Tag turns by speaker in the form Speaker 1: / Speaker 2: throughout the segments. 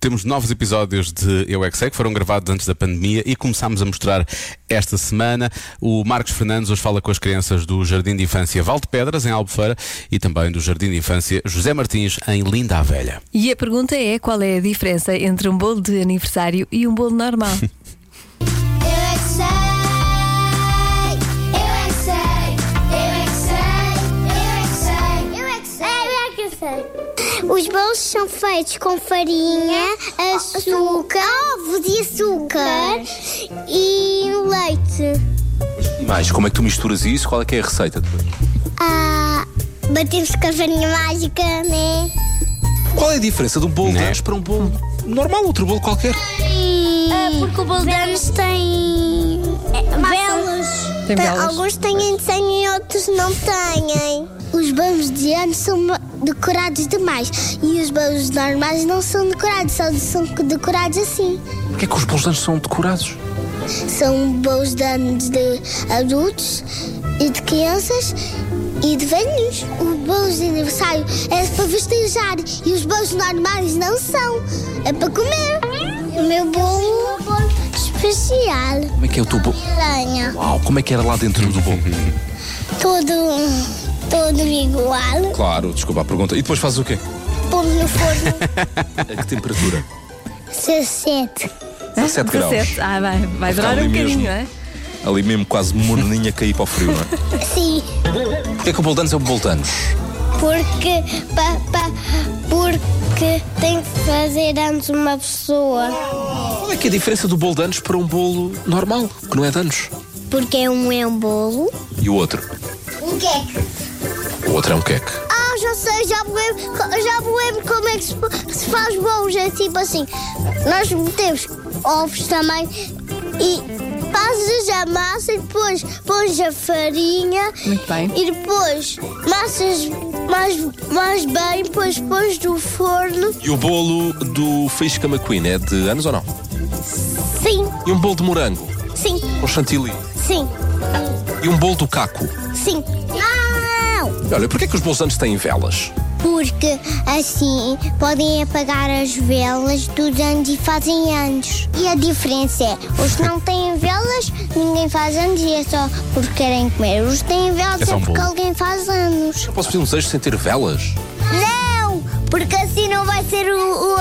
Speaker 1: Temos novos episódios de Eu é que, Sei, que foram gravados antes da pandemia e começámos a mostrar esta semana. O Marcos Fernandes hoje fala com as crianças do Jardim de Infância Val de Pedras, em Albufeira, e também do Jardim de Infância José Martins, em Linda a Velha.
Speaker 2: E a pergunta é qual é a diferença entre um bolo de aniversário e um bolo normal?
Speaker 3: Eu é que sei, eu é que sei, eu é que sei, eu é que sei, eu é que sei, eu é que sei. Os bolos são feitos com farinha, açúcar, ovos e açúcar e leite.
Speaker 4: Mais, como é que tu misturas isso? Qual é que é a receita depois?
Speaker 3: Ah, batemos com a farinha mágica, né?
Speaker 4: Qual é a diferença de um bolo
Speaker 1: Né?
Speaker 4: de anos para um bolo normal, outro bolo qualquer?
Speaker 3: É porque o bolo de anos tem é, velas.
Speaker 2: Tem Tem- velas.
Speaker 3: Alguns têm desenho e outros não têm. Os bolos de anos são ma- decorados demais e os bolos normais não são decorados, só são decorados assim.
Speaker 4: Porquê é que os bolos de anos são decorados?
Speaker 3: São bolos de anos de adultos e de crianças e de velhinhos. Os bolos de aniversário é para festejar e os bolos normais não são, é para comer. O meu bolo especial.
Speaker 4: Como é que é o teu bolo?
Speaker 3: Piranha.
Speaker 4: Uau, como é que era lá dentro do bolo?
Speaker 3: Todo, todo igual.
Speaker 4: Claro, desculpa a pergunta. E depois fazes o quê?
Speaker 3: Pomos no forno.
Speaker 4: A É que temperatura?
Speaker 3: 17.
Speaker 2: É,
Speaker 4: 17 graus.
Speaker 2: 17. Ah, vai, vai durar
Speaker 4: ali
Speaker 2: um bocadinho,
Speaker 4: mesmo.
Speaker 2: não é?
Speaker 4: Ali mesmo quase morninha a cair para o frio, não é?
Speaker 3: Sim.
Speaker 4: Porquê é que o bolo de anos é um bolo de anos?
Speaker 3: Porque, pa, pa, porque tem que fazer antes uma pessoa.
Speaker 4: Qual é que é a diferença do bolo de anos para um bolo normal, que não é de anos?
Speaker 3: Porque um é um bolo.
Speaker 4: E o outro?
Speaker 3: Um queque.
Speaker 4: O outro é um queque.
Speaker 3: Ah, já sei, já me lembro, já me lembro como é que se, se faz bolos. É tipo assim, nós metemos ovos também e fazes a massa e depois pões a farinha
Speaker 2: Muito bem.
Speaker 3: e depois massas mais, mais bem, depois pões no forno.
Speaker 4: E o bolo do Faísca McQueen é de anos ou não?
Speaker 3: Sim,
Speaker 4: E um bolo de morango?
Speaker 3: sim,
Speaker 4: Com chantilly?
Speaker 3: sim,
Speaker 4: E um bolo do caco?
Speaker 3: sim. Não!
Speaker 4: Olha, porquê é que os bolos de anos têm velas?
Speaker 3: Porque assim podem apagar as velas dos anos e fazem anos. E a diferença é, os que não têm velas, ninguém faz anos e é só porque querem comer. Os que têm velas
Speaker 1: É só
Speaker 3: é
Speaker 1: um
Speaker 3: porque
Speaker 1: bolo.
Speaker 3: alguém faz anos.
Speaker 4: Posso pedir um desejo sem ter velas?
Speaker 3: Não! Porque assim não vai ser o, o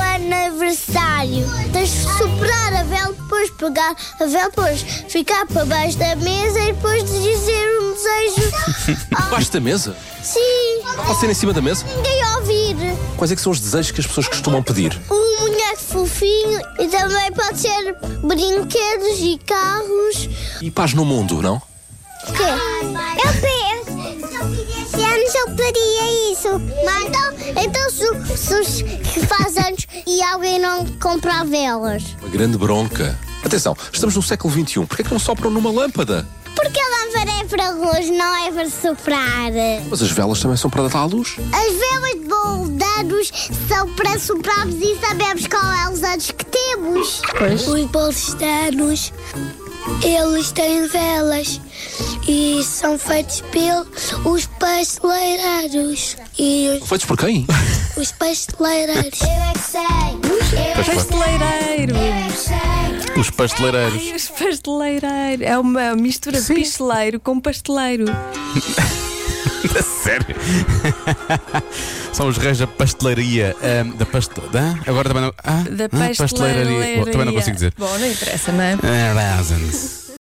Speaker 3: aniversário. Tens de superar a vela, depois pegar a vela, depois ficar para baixo da mesa e depois dizer um desejo. Ah,
Speaker 4: Debaixo da mesa?
Speaker 3: sim!
Speaker 4: Pode
Speaker 1: assim
Speaker 4: ser em cima da mesa?
Speaker 3: Ninguém ouvir.
Speaker 4: Quais é que são os desejos que as pessoas costumam pedir?
Speaker 3: Um boneco fofinho e também pode ser brinquedos e carros.
Speaker 4: E paz no mundo, não?
Speaker 3: O quê? Eu penso. Se anos eu pediria isso. Mas então, então se, se os que faz anos e alguém não comprar velas.
Speaker 4: Uma grande bronca. Atenção, estamos no século XXI. Porquê é que não sopram numa lâmpada?
Speaker 3: Porque a lâmpada é para luz, não é para soprar.
Speaker 4: Mas as velas também são para dar à luz.
Speaker 3: As velas de bolo de anos são para soprarmos e sabemos qual é os anos que temos. Os bolos de anos, eles têm velas e são feitos pelos pasteleireiros. E
Speaker 4: Feitos por quem?
Speaker 3: os pasteleireiros. Eu é que sei, eu
Speaker 2: Pasteleireiro!
Speaker 3: é que sei.
Speaker 1: Os pasteleireiros.
Speaker 2: Ai, os pasteleireiros! É uma mistura de pisteleiro com pasteleiro.
Speaker 1: Sério? São os reis da pastelaria. ahm, da pastel... Hã? Agora também não. Ah?
Speaker 2: Da
Speaker 1: Hã? Bom,
Speaker 2: pasteleiraria.
Speaker 1: também não consigo dizer.
Speaker 2: Bom, não interessa, não é?
Speaker 1: Ah, Raisins.